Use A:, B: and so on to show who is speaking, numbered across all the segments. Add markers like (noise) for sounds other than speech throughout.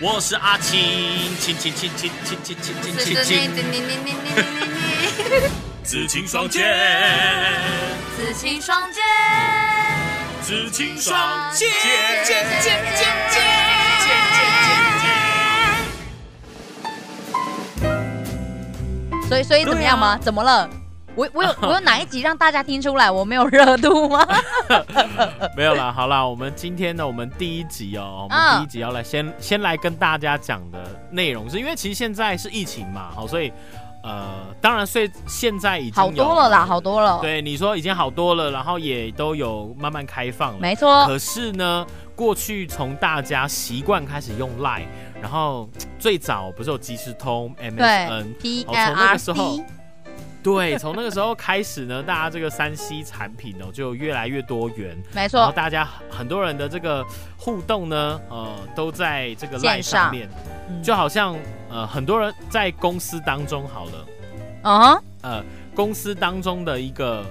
A: 我是阿青，青青青青青青青青青青，紫青双剑，
B: 紫青双剑，
A: 紫青
B: 双
A: 双
B: 剑
A: 剑，
B: 剑剑剑剑剑
C: 所以所以怎么样吗？怎么了？我我有我有哪一集让大家听出来我没有热度吗？
A: 没有啦，好啦，我们今天呢，我们第一集哦，我
C: 嗯
A: 们第一集要来先先来跟大家讲的内容是，因为其实现在是疫情嘛，好，所以呃，当然，所以现在已经
C: 好多
A: 有
C: 了啦，好多了。
A: 对，你说已经好多了，然后也都有慢慢开放了。
C: 没错，
A: 可是呢，过去从大家习惯开始用 Line，然后嘖最早不是有即时通、MSN，
C: 对，P
A: 哦
C: N
A: 从那
C: R
A: 个时
C: C，
A: 候对，从那个时候开始呢，大家这个三 C 产品哦就越来越多元，
C: 没
A: 然后
C: 错，
A: 大家很多人的这个互动呢，呃，都在这个 Line
C: 线上
A: 上面，
C: 嗯
A: 就好像呃很多人在公司当中好了。
C: 嗯哼，
A: 呃公司当中的一个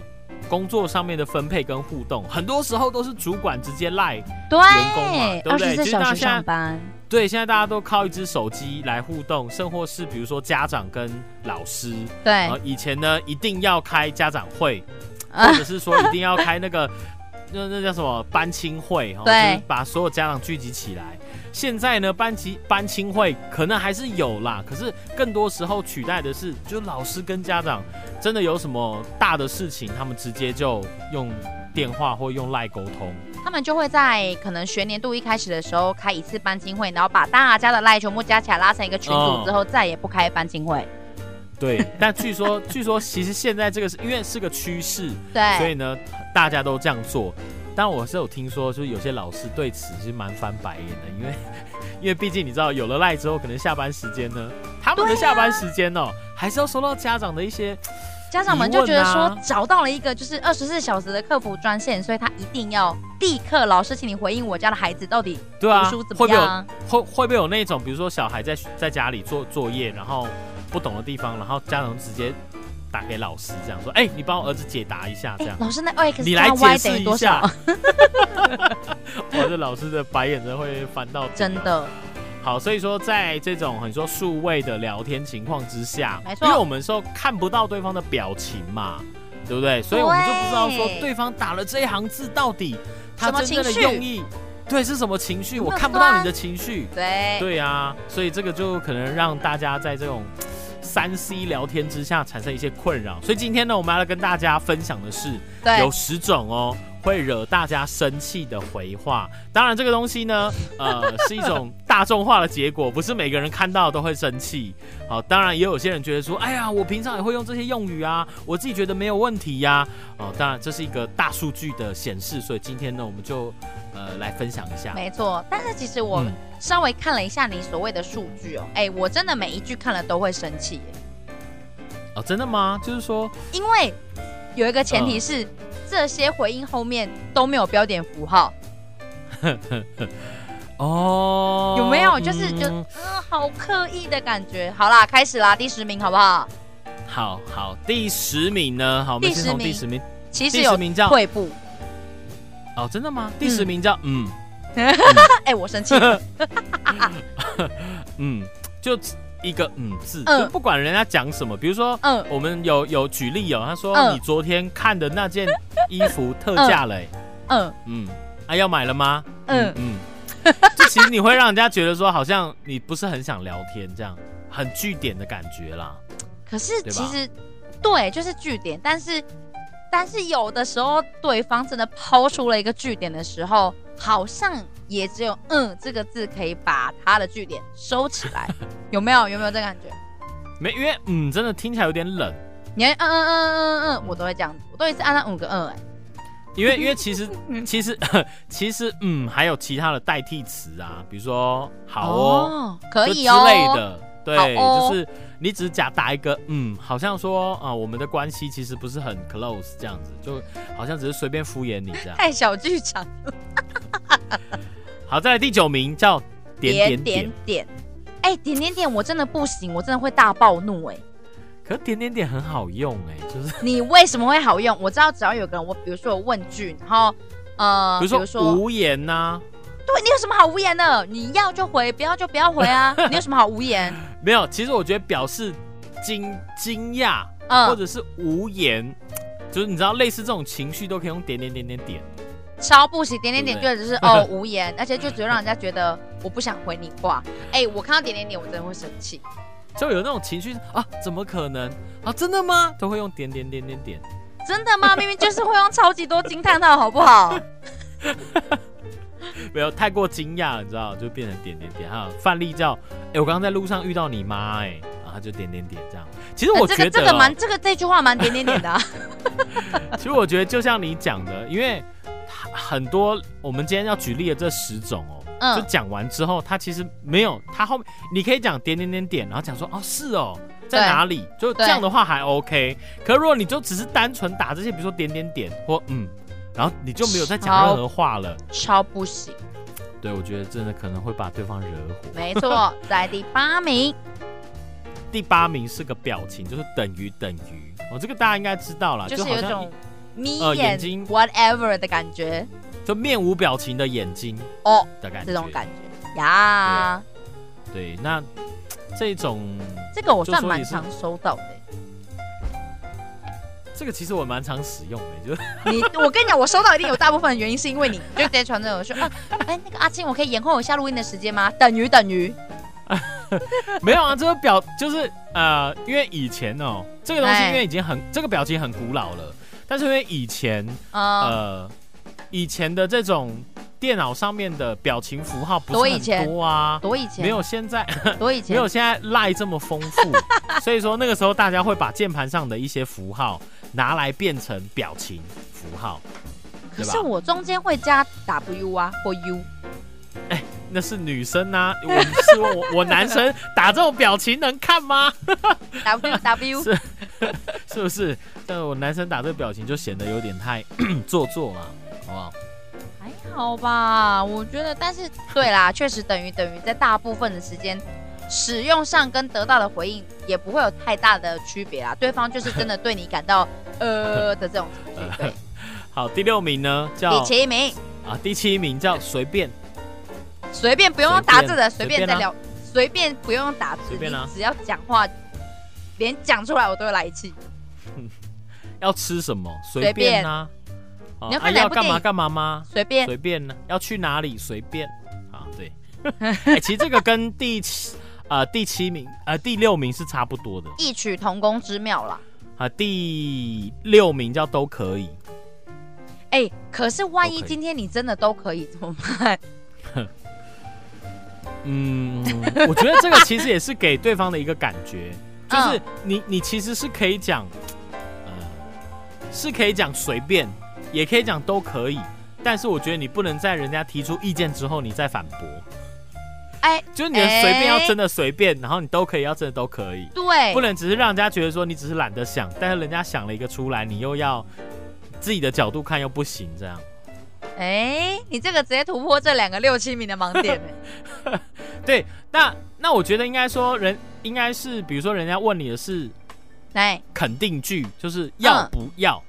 A: 工作上面的分配跟互动，很多时候都是主管直接赖。
C: 对
A: 员工嘛对，不
C: 二
A: 对
C: 十四
A: 其实
C: 小
A: 大
C: 时
A: 家
C: 上班，
A: 对，现在大家都靠一只手机来互动，甚或是比如说家长跟老师。
C: 对
A: 呃，，以前呢一定要开家长会，
C: 啊
A: 或者是说一定要开那个 (laughs) 那那叫什么班亲会，哦
C: 对
A: 就是把所有家长聚集起来。现在呢，班级班亲会可能还是有啦，可是更多时候取代的是，就老师跟家长真的有什么大的事情，他们直接就用电话或用赖沟通。
C: 他们就会在可能学年度一开始的时候开一次班金会，然后把大家的赖全部加起来拉成一个群组
A: 哦
C: 之后，再也不开班金会。
A: 对，但据说 (laughs) 据说其实现在这个是因为是个趋势，所
C: 对，
A: 以呢大家都这样做。但我是有听说，就是有些老师对此是蛮翻白眼的，因为 (laughs) 因为毕竟你知道，有了赖之后，可能下班时间呢，他们的下班时间哦，
C: 啊
A: 还是要收到家长的一些
C: 家长们就觉得
A: 疑问
C: 说
A: 啊
C: 找到了一个就是二十四小时的客服专线，所以他一定要立刻老师，请你回应我家的孩子到底
A: 对
C: 读
A: 啊
C: 书，怎
A: 会不
C: 么
A: 会有
C: 样？哎
A: 会会不会有那种，比如说小孩在在家里做作业，然后不懂的地方，然后家长直接打给老师这样说，哎、你帮我儿子解答一下这
C: 哎 (laughs)
A: 样，。
C: 老师那 x
A: 你来
C: 加
A: 解
C: y
A: 释
C: 等于
A: 一
C: 多
A: 下
C: 少？，
A: 我这老师的白眼真的会翻到底啊
C: 真的，
A: 好，所以说在这种很说数位的聊天情况之下，
C: 没错
A: 因为我们说看不到对方的表情嘛，对不对？所以我们就不知道说
C: 对
A: 对方打了这一行字到底他
C: 什么
A: 真正的
C: 情绪
A: 用意，对，是什么情绪？
C: 有
A: 我
C: 没有
A: 看不到你的情绪。
C: 对，
A: 对啊，所以这个就可能让大家在这种三 C 聊天之下产生一些困扰。所以今天呢，我们要来跟大家分享的是，有
C: 对，
A: 十种哦会惹大家生气的回话。当然，这个东西呢，呃， (laughs) 是一种大众化的结果，不是每个人看到都会生气。好，当然也有些人觉得说，哎呀，我平常也会用这些用语啊，我自己觉得没有问题呀、哦，当然这是一个大数据的显示，所以今天呢，我们就呃来分享一下。
C: 没错。但是其实我
A: 嗯
C: 稍微看了一下你所谓的数据哦，哎，我真的每一句看了都会生气耶，
A: 哦，真的吗？就是说，
C: 因为有一个前
A: 嗯
C: 提是这些回应后面都没有标点符号，
A: 哦，
C: 有没有？就是就
A: 嗯
C: 嗯，好刻意的感觉。好啦，开始啦，第十名好不好？
A: 好好，第十名呢？好，我们
C: 第
A: 先
C: 十
A: 从第
C: 名
A: 十名。
C: 其实
A: 第十
C: 有
A: 名啊叫
C: 退步，
A: 哦，真的吗？第十名叫嗯
C: 哎，
A: (laughs)
C: 我生气，
A: 嗯，就一个嗯字，
C: 嗯
A: 就不管人家讲什么，比如说。
C: 嗯，
A: 我们有有举例哦，他说
C: 嗯
A: 你昨天看的那件衣服特价了欸、
C: 嗯
A: 嗯，啊要买了吗？
C: 嗯
A: 嗯， (laughs) 这其实你会让人家觉得说好像你不是很想聊天，这样很据点的感觉啦。
C: 可是
A: 对吧
C: 其实对，就是据点，但是但是有的时候对方真的抛出了一个据点的时候，好像也只有“嗯”这个字可以把他的据点收起
A: (laughs)
C: 来，有没有？有没有这感觉？
A: 没，因为嗯真的听起来有点冷，
C: 你还嗯嗯嗯嗯嗯嗯，我都会这样子，我都一次按那五个嗯、哎，
A: 因为因为其
C: (laughs)
A: 实
C: 嗯
A: 其实 (laughs) 其实嗯还有其他的代替词啊，比如说好哦
C: 可
A: 就
C: 以哦
A: 之类的。对，
C: 好哦
A: 就是你只假打一个嗯，好像说啊、我们的关系其实不是很 close 这样子，就好像只是随便敷衍你这样。
C: 太哎小剧场，
A: 好，再来第九名叫点点点，
C: 点，哎、点点点，我真的不行，我真的会大暴怒、哎。
A: 可是点点点很好用哎、就是
C: 你为什么会好用？我知道，只要有个人，我比如说我问句，然后呃，
A: 比如说
C: 说
A: 无言呐、
C: 对你有什么好无言的？你要就回，不要就不要回啊！
A: (laughs)
C: 你有什么好无言？
A: 没有，其实我觉得表示惊惊讶或
C: 嗯，
A: 者是无言，就是你知道类似这种情绪都可以用点点点点点。
C: 超不行，点点点
A: 对
C: 就只是哦无言，而且就只会让人家觉得我不想回你话。哎、我看到点点点，我真的会生气。
A: 就有那种情绪啊，怎么可能啊？真的吗？都会用点点点点点。
C: 真的吗？明明就是会用超级多惊叹号，好不好？
A: 没有太过惊讶了，你知道，就变成点点点。哈，范例叫，哎、我刚刚在路上遇到你妈、哎，然后他就点点点这样。其实我
C: 哎这
A: 觉得、哦
C: 个这个蛮这个这句话蛮点点点
A: (laughs)
C: 的、啊。
A: 其实我觉得就像你讲的，因为很多我们今天要举例的这十种哦，
C: 嗯
A: 就讲完之后，它其实没有，它后面你可以讲点点点点，然后讲说哦是哦，在哪里，就这样的话还 OK。可如果你就只是单纯打这些，比如说点点点或嗯，然后你就没有再讲任何话了。
C: 超不行，
A: 对，我觉得真的可能会把对方惹火。
C: 没
A: (laughs)
C: 错，在第八名，
A: 第八名是个表情，就是等于等于，哦，这个大家应该知道啦，
C: 就
A: 啊就是好
C: 有一
A: 像
C: 种眯
A: 呃眼
C: 眼、
A: 睛
C: whatever 的感觉
A: 就面无表情的眼睛
C: 哦，
A: 的感觉，啊
C: 这种感觉呀，
A: 对，那这种
C: 这个我算
A: 就说
C: 蛮
A: 也是
C: 常收到的欸、
A: 这个其实我蛮常使用的，就是 (laughs)
C: 你，我跟你讲，我收到一定有大部分的原因是因为你就直接传这种说，啊，哎，那个阿青，我可以延后一下录音的时间吗？等于等于，
A: 没有啊，这个表就是呃，因为以前哦，这个东西
C: 哎
A: 因为已经很这个表情很古老了，但是因为以前
C: 嗯，
A: 呃，以前的这种电脑上面的表情符号不
C: 多
A: 是
C: 以前
A: 很多啊，
C: 多以前，
A: 没有现在
C: 多以
A: 没
C: 前
A: 有，现在赖这么丰
C: (laughs)
A: 富，所以说那个时候大家会把键盘上的一些符号拿来变成表情符号，
C: 可
A: 对吧
C: 是我中间会加 W 啊或 U，
A: 那是女生
C: (laughs)
A: 呐、我是问我我男生打这种表情能看吗？ (laughs)
C: W W，
A: 是是不是？但我男生打这个表情就显得有点太 (coughs) 做作嘛，好不好？
C: 还好吧，我觉得，但是
A: (laughs)
C: 对啦，确实等于等于在大部分的时间使用上跟得到的回应也不会有太大的区别啦。对方就是真的对你感到
A: (laughs)
C: 呃的这种情绪。对，
A: 好，第六名呢叫
C: 第七名
A: 啊，第七名叫随便，
C: 随便不用打字的，随便
A: 随便啊
C: 再聊，随便不用打字，
A: 随便啊
C: 你只要讲话，连讲出来我都会来气。
A: 要吃什么随
C: 随
A: 便
C: 便
A: 啊，啊
C: 你要
A: 啊
C: 看哪
A: 要
C: 部
A: 干
C: 电
A: 嘛
C: 影
A: 干嘛吗？
C: 随便
A: 随便啊呢，要去哪里随便啊，
C: (laughs)
A: 对。哎其实这个跟第七呃第七名呃第六名是差不多的
C: 异曲同工之妙啦。
A: 啊，第六名叫都可以，
C: 哎、可是万一
A: 都可以
C: 今天你真的都可以怎么办？
A: 嗯，我觉得这个其实也是给对方的一个感
C: (laughs)
A: 觉，
C: 哦
A: 就是你你其实是可以讲，呃，是可以讲随便，也可以讲都可以，但是我觉得你不能在人家提出意见之后你再反驳，
C: 哎、
A: 就是你的随便要
C: 哎
A: 真的随便，然后你都可以要真的都可以，
C: 对，
A: 不能只是让人家觉得说你只是懒得想，但是人家想了一个出来，你又要自己的角度看又不行这样。
C: 哎、你这个直接突破这两个六七名的盲
A: (laughs)
C: 点、欸，
A: 对，那那我觉得应该说人应该是，比如说人家问你的是
C: 来
A: 肯定句，就是要
C: 嗯
A: 不要，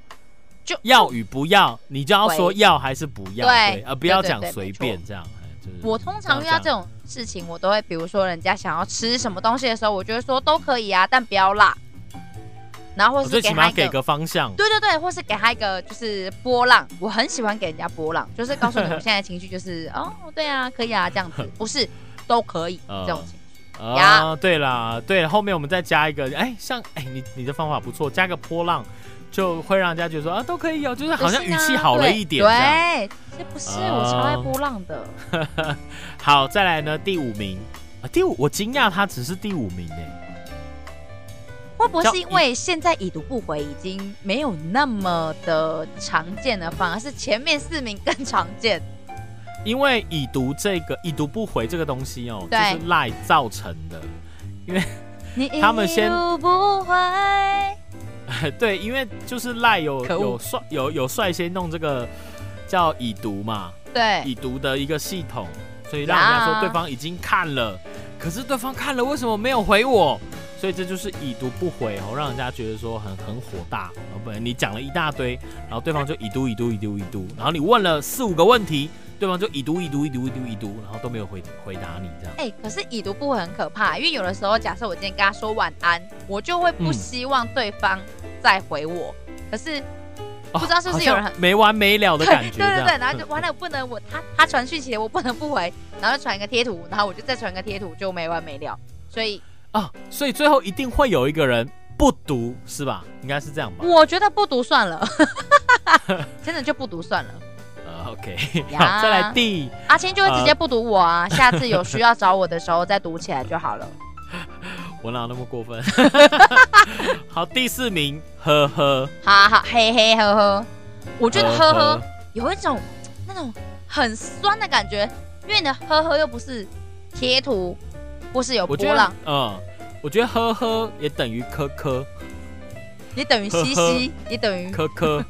C: 就
A: 要与不要，你就要说
C: 对
A: 要还是不要，
C: 对
A: 对，而不要
C: 对对
A: 讲
C: 对
A: 随
C: 没错
A: 便这样。哎就是
C: 我通常遇到这种事情，我都会比如说人家想要吃什么东西的时候，我就会说都可以啊，但不要辣，然后
A: 我
C: 或是
A: 最
C: 给
A: 起
C: 他
A: 码
C: 一
A: 给
C: 个。
A: 个方向，
C: 对对对，或是给他一个就是波浪，我很喜欢给人家波浪，就是告诉你我现在情绪就是哦，对啊，可以啊，这样
A: (laughs)
C: 子，不是都可以
A: 呃
C: 这种情绪，
A: 啊，
C: 呀
A: 对啦，对，后面我们再加一个，哎，像哎，你你的方法不错，加个波浪，就会让人家觉得说啊都可以哦，就是好像
C: 不
A: 语
C: 是啊
A: 气好了
C: 对
A: 一点这样。哦
C: 对，这不是我超爱波浪的，
A: 好，再来呢，第五名啊，第五，我惊讶他只是第五名哎，
C: 会不会
A: 叫
C: 是因为现在已读不回已经没有那么的常见了，反而是前面四名更常见？
A: 因为已读这个已读不回这个东西哦，就
C: 对
A: 是赖造成的。 (laughs)
C: 你
A: 他们先
C: 已读不回，
A: 对，因为就是赖有
C: 可恶
A: 有率有有率先弄这个叫已读嘛，
C: 对
A: 已读的一个系统，所以让人家说
C: 呀
A: 对方已经看了，可是对方看了为什么没有回我？所以这就是已读不回哦，让人家觉得说很很火大。哦，本来你讲了一大堆，然后对方就已读已读已读已读，然后你问了四五个问题，对方就已读已读已读已读已读，然后都没有回回答你这样。
C: 哎、可是已读不回很可怕，因为有的时候，假设我今天跟他说晚安，我就会不
A: 嗯
C: 希望对方再回我。可是不知道是不是
A: 好像
C: 有人很
A: 没完没了的感觉
C: (laughs) 对
A: 这样。
C: 哦
A: 嗯
C: 对对，然后就
A: (laughs)
C: 完了，不能我他他传讯息，我不能不回，然后就传一个贴图，然后我就再传一个贴图，就没完没了。所以
A: 啊，所以最后一定会有一个人不读，是吧？应该是这样吧。
C: 我觉得不读
A: (laughs)
C: 算了，真的就不读算了。
A: 呃，OK，
C: 呀
A: 好，再来第
C: 阿青就会直接不读我啊，下次有需要找我的时候再读起来就好了。
A: 我哪有那么过分？ (laughs) 好，第四名，呵呵，
C: 好好嘿嘿呵呵，我觉得呵
A: 呃
C: 呵有一种那种很酸的感觉，因为你的呵呵又不是贴图，或是有
A: 我
C: 波
A: 觉得
C: 浪，，
A: 嗯，我觉得呵呵也等于科科
C: 你等于嘻嘻，你等于
A: 科 (laughs) 科，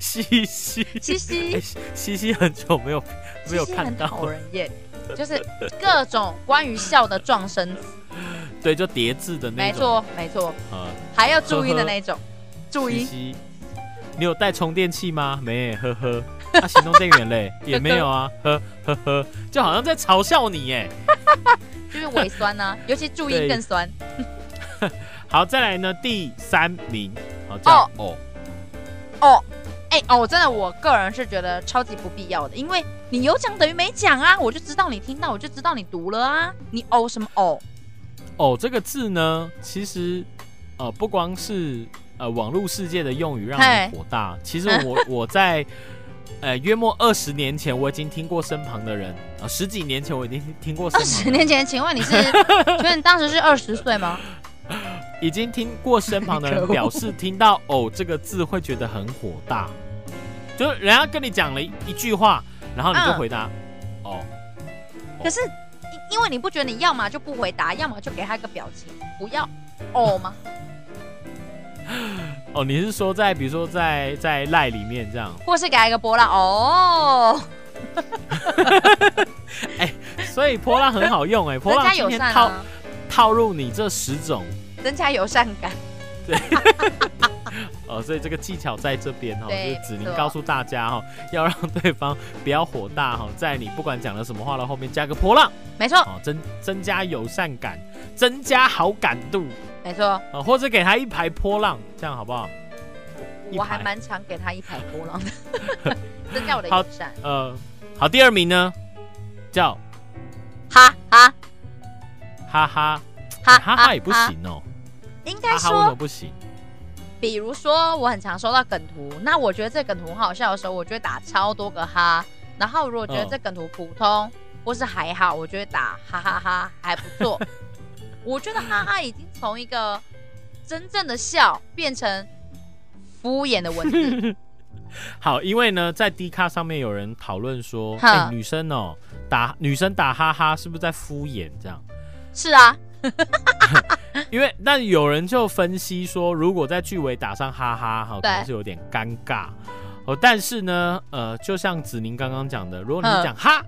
A: 嘻嘻
C: 嘻嘻
A: 哎。嘻嘻，很久没有没有
C: 其实
A: 看
C: 很讨
A: 到，
C: 人厌，就是各种关于笑的
A: (laughs)
C: 撞声词，
A: 对，就叠字的那
C: 没
A: 种，
C: 错没错，
A: 呃，
C: 还要注音的那种，注
A: 嘻
C: 音
A: 嘻，你有带充电器吗？没，呵呵。那、行动电源
C: (laughs)
A: 嘞也没有啊，呵呵呵，就好像在嘲笑你耶。
C: 就是尾
A: (laughs)
C: 酸呐、尤其注音
A: 对
C: 更酸。
A: 好，再来呢，第三名，好叫哦，
C: 哎、哦，真的，我个人是觉得超级不必要的，因为你有讲等于没讲啊，我就知道你听到，我就知道你读了啊，你哦什么哦，
A: 哦这个字呢，其实呃不光是呃网络世界的用语让
C: 嗨
A: 人火大，其实
C: (laughs)
A: 我我在呃约莫二十年前我已经听过身旁的人啊、呃十几年前我已经听过身
C: (laughs) 二
A: 旁的
C: 十
A: 人
C: 年前，请
A: (laughs)
C: 问你是，请问你当时是二十岁吗？
A: 哦已经听过身旁
C: (laughs)
A: 的
C: 可恶
A: 人表示听到“哦”这个字会觉得很火大，就是人家跟你讲了一一句话，然后你就
C: 嗯
A: 回答“哦
C: 可是因因为你不觉得你要么就不回答，要么就给他一个表情，不要哦吗？
A: 哦”，你是说在比如说在在赖里面这样？
C: 或是给他一个波浪哦。
A: 所以波浪很好用哎、波
C: (laughs) 人
A: 浪
C: 家
A: 今
C: 友
A: 天
C: 善
A: 套
C: 啊，
A: 套入你这十种
C: 人家友善感，
A: 哦，所以这个技巧在这边哦，
C: 对
A: 就是子
C: 没
A: 宁
C: 错
A: 告诉大家哦，要让对方不要火大哦，在你不管讲了什么话的后面加个波浪
C: 没错，
A: 哦，增增加友善感，增加好感度。
C: 没错，
A: 啊，或者给他一排波浪，这样好不好？一
C: 我还
A: 排
C: 蛮常给他一排波浪的，
A: (laughs)
C: (laughs) 增加我的
A: 好
C: 友善。
A: 呃，好，第二名呢，叫
C: 哈哈
A: 哈哈，
C: 哈
A: 哈哈也不，行哦，
C: 应该
A: 哈哈为什么
C: 说，
A: 不行？
C: 比如说我很常收到梗图，那我觉得这梗图很好笑的时候，我就会打超多个哈。然后如果觉得
A: 嗯
C: 这梗图普通或是还好，我就会打哈哈哈，还不错。我觉得哈哈已经从一个真正的笑变成敷衍的文字，
A: 好，因为呢，在 D 卡上面有人讨论说，
C: 哈
A: 哎、女生哦，打女生打哈哈是不是在敷衍这样？
C: 是啊，
A: 因为那有人就分析说，如果在句尾打上哈哈，哈，可
C: 对
A: 能是有点尴尬哦。但是呢，呃，就像子宁刚刚讲的，如果你
C: 嗯
A: 讲哈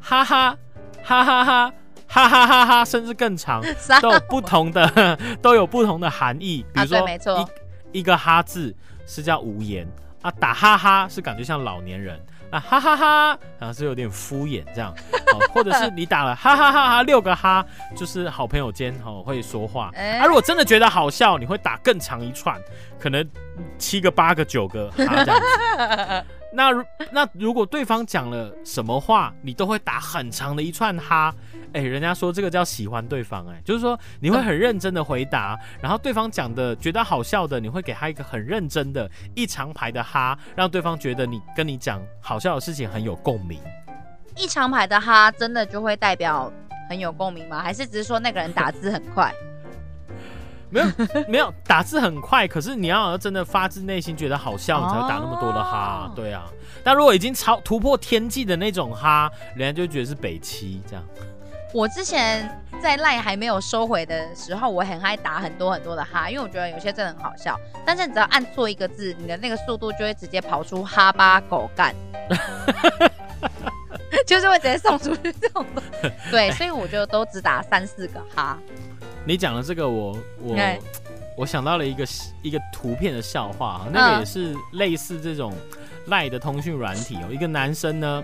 A: 哈哈哈哈哈哈哈哈哈，甚至更
C: (laughs)
A: 长，
C: 啥
A: 都有不同的 (laughs) 都有不同的含义，比
C: 啊
A: 如说一、
C: 对没错
A: 一个哈字是叫无言啊，打哈哈是感觉像老年人。啊哈哈哈，然后是有点敷衍这样，哦、或者是你打了哈哈哈哈六个哈，就是好朋友间哦会说话。
C: 哎
A: 啊，如果真的觉得好笑，你会打更长一串，可能七个、八个、九个哈这样子。那如那如果对方讲了什么话，你都会打很长的一串哈。哎、人家说这个叫喜欢对方、哎，就是说你会很认真的回答，然后对方讲的觉得好笑的，你会给他一个很认真的一长排的哈，让对方觉得你跟你讲好笑的事情很有共鸣。
C: 一长排的哈，真的就会代表很有共鸣吗？还是只是说那个人打字很快？
A: 没有 (laughs) 没有，打字很快，可是你要真的发自内心觉得好笑，你才会打那么多的哈
C: 哦。
A: 对啊，但如果已经超突破天际的那种哈，人家就觉得是北七这样。
C: 我之前在赖还没有收回的时候，我很爱打很多很多的哈，因为我觉得有些真的很好笑。但是你只要按错一个字，你的那个速度就会直接跑出哈巴狗干， (laughs) 就是会直接送出去这种东西。
A: (laughs)
C: 对，所以我就都只打三四个哈。
A: 你讲的这个我，我
C: 哎
A: 我想到了一个一个图片的笑话啊，那个
C: 嗯
A: 也是类似这种赖的通讯软体哦，一个男生呢，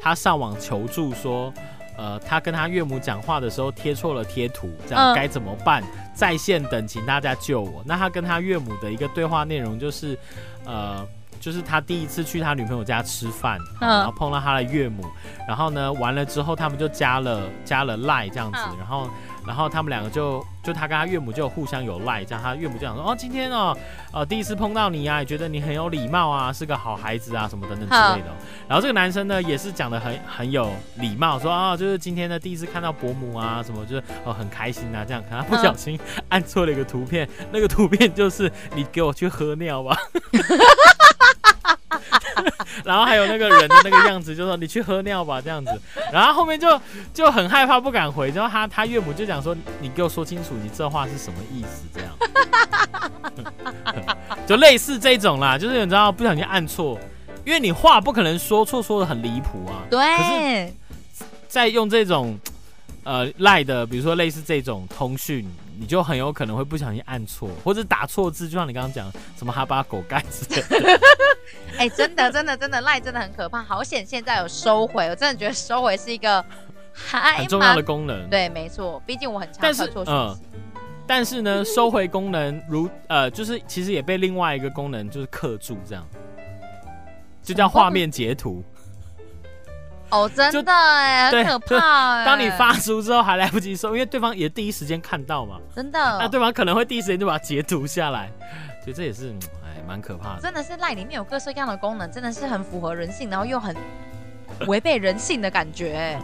A: 他上网求助说，呃，他跟他岳母讲话的时候贴错了贴图，这样
C: 嗯
A: 该怎么办？在线等，请大家救我。那他跟他岳母的一个对话内容就是，呃。就是他第一次去他女朋友家吃饭，
C: 嗯
A: 然后碰到他的岳母，然后呢，完了之后他们就加了加了赖这样子，
C: 嗯
A: 然后然后他们两个就就他跟他岳母就互相有赖，这样他岳母就想说哦，今天哦，呃，第一次碰到你啊，也觉得你很有礼貌啊，是个好孩子啊，什么等等之类的哦、然后这个男生呢，也是讲的很很有礼貌，说啊、就是今天呢第一次看到伯母啊，什么就是哦很开心啊，这样。可他不小心 (laughs) 按错了一个图片，那个图片就是你给我去喝尿吧。然后还有那个人的那个样子，就说你去喝尿吧这样子，然后后面就就很害怕不敢回，然后他他岳母就讲说你给我说清楚你这话是什么意思这样。 (laughs) 就类似这种啦，就是你知道不小心按错，因为你话不可能说错，说的很离谱啊。
C: 对，
A: 再用这种呃赖的，比如说类似这种通讯，你就很有可能会不小心按错，或者打错字，就像你刚刚讲什么哈巴狗盖之类的。
C: 哎、真的，真的，真的，赖真的很可怕。好险，现在有收回，我真的觉得收回是一个还
A: 很重要
C: 蛮
A: 的功能。
C: 对，没错，毕竟我很常
A: 但是
C: 传错讯
A: 嗯
C: 息。
A: 但是呢，收回功能如呃，就是其实也被另外一个功能就是刻住这样。就叫画面截图，
C: 哦，
A: 就
C: 真的哎，
A: 对
C: 很可怕
A: (laughs)
C: 哎。
A: 当你发出之后还来不及收，因为对方也第一时间看到嘛。
C: 真
A: 那
C: 的，
A: 啊对方可能会第一时间就把它截图下来，所以这也是嗯哎蛮可怕的。
C: 真的是赖里面有各式各样的功能，真的是很符合人性，然后又很违背人性的感觉哎。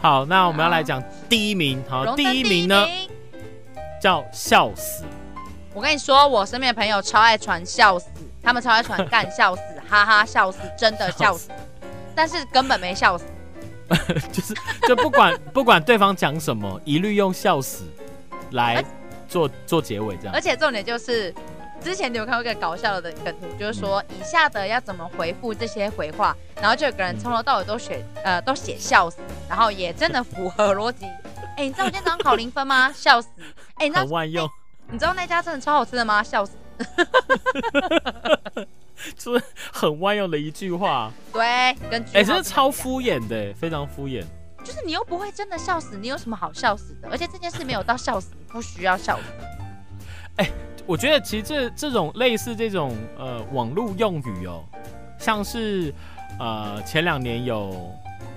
A: 好，那我们要
C: 好
A: 来讲第一名，好，
C: 荣
A: 第
C: 登
A: 一名呢叫笑死， (laughs)
C: 我跟你说，我身边的朋友超爱传笑死，他们超爱传干笑死、哈哈笑死、真的笑死，但是根本没笑死。
A: 就是就不管不管对方讲什么，一律用笑死来
C: 而
A: 做做结尾这样
C: 哎而。且重点就是，之前你有看过一个搞笑的梗图，就是说以下的要怎么回复这些回话，然后就有个人从头到尾都写呃都写笑死，然后也真的符合逻辑。哎、你知道我今天早上考零分吗？笑死！哎、你知道
A: 很万用，
C: 你知道那家真的超好吃的吗？笑死！
A: 就是很万用的一句话，
C: 对，跟句
A: 哎，
C: 号
A: 真的
C: 是
A: 超
C: 一样
A: 敷衍的，非常敷衍。
C: 就是你又不会真的笑死，你有什么好笑死的？而且这件事没有到笑死，你不需要笑死。
A: 我觉得其实这这种类似这种呃网络用语哦，像是呃前两年有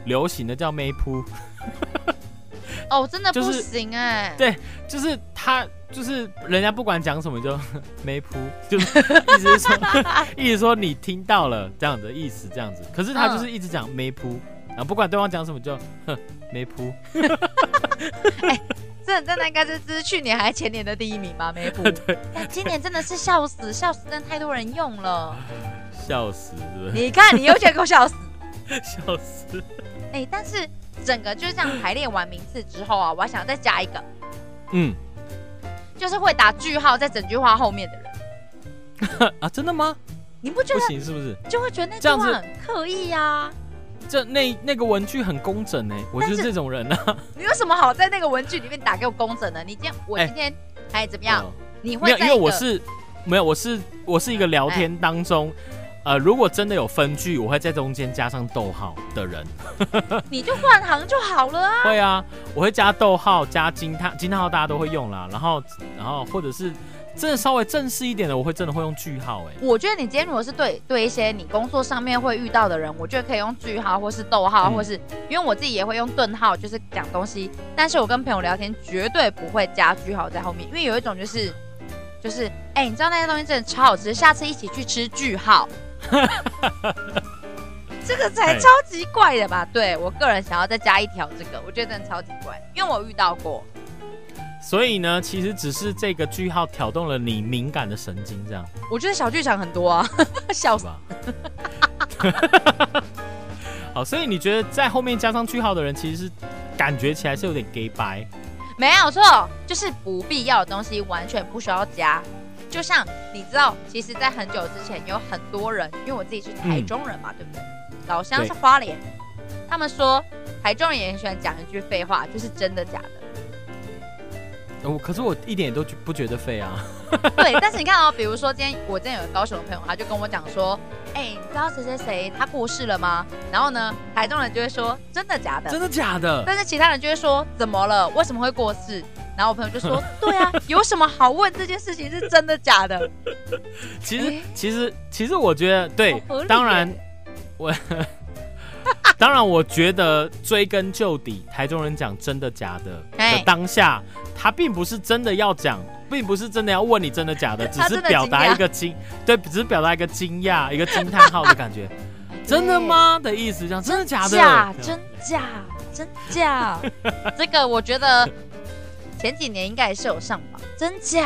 A: 流行的叫“妹扑”，
C: 哦，真的
A: 就
C: 不
A: 是
C: 行哎、
A: 对就是他就是人家不管讲什么就没谱，就是 (laughs) 意思是说意思说你听到了这样的意思这样子，可是他就是一直讲没谱，然后不管对方讲什么就哼没谱，
C: 这 (laughs) 真的应该是这是去年还是前年的第一名吧，梅
A: (laughs)
C: 普。但今年真的是笑死，笑死，真的太多人用了。
A: 笑死是不是？
C: 你看，你又觉得够笑死。
A: (laughs) 笑死！
C: 哎、但是整个就是这样排列完名次之后啊，我还想再加一个，
A: 嗯
C: 就是会打句号在整句话后面的人，
A: 啊，真的吗？
C: 你不觉
A: 不
C: 得
A: 行是不是？
C: 就会觉得那
A: 这
C: 句
A: 样
C: 话
A: 子
C: 很刻意啊？
A: 这那那个文具很工整哎，我就是
C: 但是
A: 这种人啊。
C: 你有什么好在那个文具里面打给我工整的？你今天我今天哎、怎么样？
A: 嗯
C: 你
A: 没
C: 会
A: 有，因
C: 在
A: 为
C: 一
A: 我
C: 个哎
A: 是没有，我是我是一个聊天当中，呃，如果真的有分句，我会在中间加上逗号的人。
C: 你就换行就好了啊。
A: 会啊，我会加逗号加惊叹惊叹号，大家都会用啦。然后然后或者是真的稍微正式一点的，我会真的会用句号哎、
C: 我觉得你今天如果是对对一些你工作上面会遇到的人，我觉得可以用句号或是逗号，
A: 嗯
C: 或是因为我自己也会用顿号，就是讲东西。但是我跟朋友聊天绝对不会加句号在后面，因为有一种就是就是哎、你知道那些东西真的超好吃，下次一起去吃句号。这个才
A: 哎
C: 超级怪的吧？对我个人想要再加一条这个，我觉得真的超级怪，因为我遇到过。
A: 所以呢，其实只是这个句号挑动了你敏感的神经，这样
C: 我觉得小剧场很多啊， (laughs) 笑
A: 是
C: 死。
A: 吧？ (laughs) 好，所以你觉得在后面加上句号的人，其实是感觉起来是有点 gay 白，
C: 没有错，就是不必要的东西完全不需要加。就像你知道，其实，在很久之前有很多人，因为我自己是台中人嘛，对不对？老乡
A: 对
C: 是花莲，他们说台中人也很喜欢讲一句废话，就是真的假的。
A: 呃我可是我一点也都不觉得废啊。
C: 对，但是你看哦，比如说今天我今天有个高雄的朋友，他就跟我讲说，哎、你知道谁谁谁他过世了吗？然后呢，台中人就会说 (laughs) 真的假的，
A: 真的假的？
C: 但是其他人就会说怎么了？为什么会过世？然后我朋友
A: (laughs)
C: 就说对啊，有什么好问这件事情是真的假的？
A: 其实
C: 哎
A: 其实其实我觉得对
C: 好合理耶，
A: 当然我 (laughs) 当然我觉得追根究底，台中人讲真的假的
C: 哎
A: 的当下，他并不是真的要讲。并不是真的要问你真的假的，只
C: 他
A: 是
C: 真的
A: 表达
C: 惊讶
A: 一个惊，对，只是表达一个惊讶，
C: (laughs)
A: 一个惊叹号的感觉。真的吗的意思，这样真的 (laughs) 啊假的？
C: 假
A: 这样
C: 真假真
A: (laughs)
C: 假，这个我觉得前几年应该也是有上榜，真
A: (laughs)
C: 假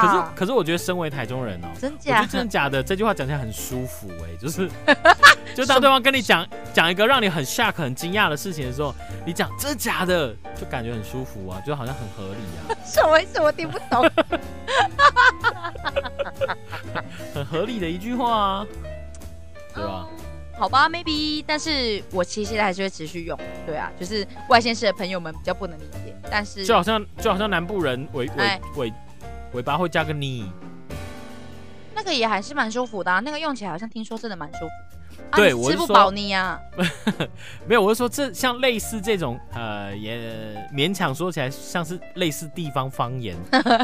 A: 可
C: 啦，
A: 是可是我觉得身为台中人哦，
C: 真
A: 我觉
C: 假
A: 得真的假的这句话讲起来很舒服哎、就是 (laughs) 就当对方跟你讲讲一个让你很 shock 很惊讶的事情的时候，你讲真的假的，就感觉很舒服啊，就好像很合
C: (laughs)
A: 理啊，
C: (laughs) 什么意思？我听不懂。
A: 很合理的一句话啊， (laughs) 对啊
C: 哦
A: 吧？
C: (laughs) 好吧，maybe，但是我其实现在还是会持续用。对啊，就是外县市的朋友们比较不能理解，但是
A: 就好像就好像南部人尾尾
C: 哎
A: 尾尾巴会加个你，
C: 那个也还是蛮舒服的、啊，那个用起来好像听说真的蛮舒服。啊
A: 对
C: 你
A: 我
C: 吃
A: 是
C: 不
A: 说
C: 饱你啊呀、
A: 没有，我是说这像类似这种呃也勉强说起来像是类似地方方
C: (laughs)
A: 言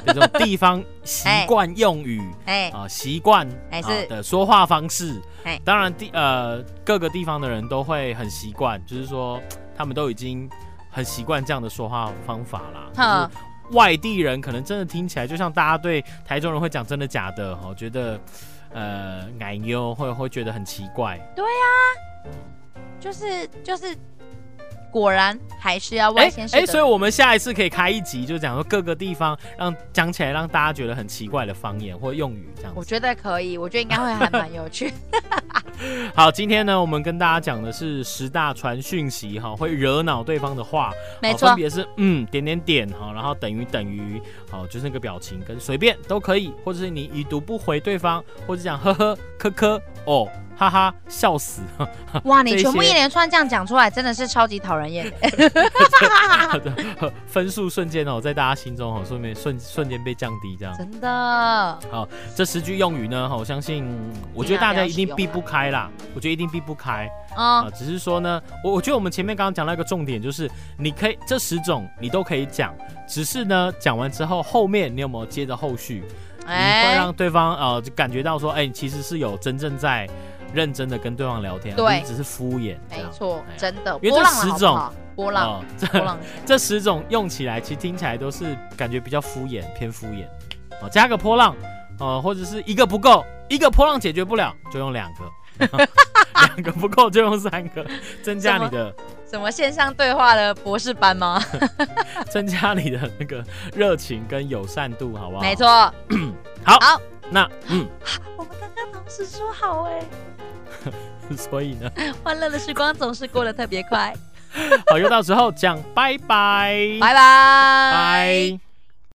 A: 这种地方习
C: 哎
A: 惯用语。
C: 哎、
A: 啊习惯
C: 还是
A: 啊的说话方式
C: 哎。
A: 当然地呃各个地方的人都会很习惯，就是说他们都已经很习惯这样的说话方法啦。
C: 哼
A: 就是外地人可能真的听起来，就像大家对台中人会讲真的假的，我觉得呃奶妞会会觉得很奇怪。
C: 就是就是，果然还是要外县市的
A: 所以我们下一次可以开一集，就讲说各个地方让讲起来让大家觉得很奇怪的方言或用语这样子。
C: 我觉得可以，我觉得应该会还蛮
A: (laughs)
C: 有趣。
A: 好，今天呢，我们跟大家讲的是十大传讯息哈，会惹恼对方的话，
C: 没
A: 好
C: 错
A: 分，别是嗯点点点哈，然后等于等于，好，就是那个表情跟随便都可以，或者是你已读不回对方，或者讲呵呵科科哦哈哈笑死， (laughs)
C: 哇，
A: 这
C: 你
A: 一
C: 全部
A: 些
C: 一连串这样讲出来，真的是超级讨人厌
A: (laughs)
C: 的。
A: 分数瞬间哦在大家心中哦顺便瞬瞬间被降低这样。
C: 真的，
A: 这十句用语呢，哦哈我相信哦我觉得
C: 尽量
A: 大家
C: 不要
A: 一定
C: 使用
A: 避
C: 啦
A: 不开啦，我觉得一定避不开。啊、
C: 嗯，
A: 只是说呢，我我觉得我们前面刚刚讲到一个重点，就是你可以这十种你都可以讲，只是呢讲完之后，后面你有没有接着后续，你会
C: 哎、
A: 让对方呃就感觉到说，哎、你其实是有真正在认真的跟对方聊天，
C: 对
A: 你只是敷衍这
C: 没
A: 样。
C: 错
A: 哎呀，
C: 真的，
A: 因为
C: 波
A: 这
C: 浪了啊
A: 十
C: 好不
A: 种
C: 好？波浪，
A: 哦，
C: 波
A: (laughs)
C: 浪，
A: 这十种用起来其实听起来都是感觉比较敷衍，偏敷衍。哦，加个波浪，哦，或者是一个不够，一个波浪解决不了，就用两个。 (laughs) 两个不够就用三个，增加你的
C: 什么线上对话的博士班吗？
A: 增加你的那个热情跟友善度，好不好？
C: 没。错，
A: 那嗯，
C: 我们刚刚同时说好哎、
A: 所以呢，
C: 欢乐的时光总是过得特别快，
A: 嗯好，又到时候讲拜拜，
C: 拜拜。
A: 拜。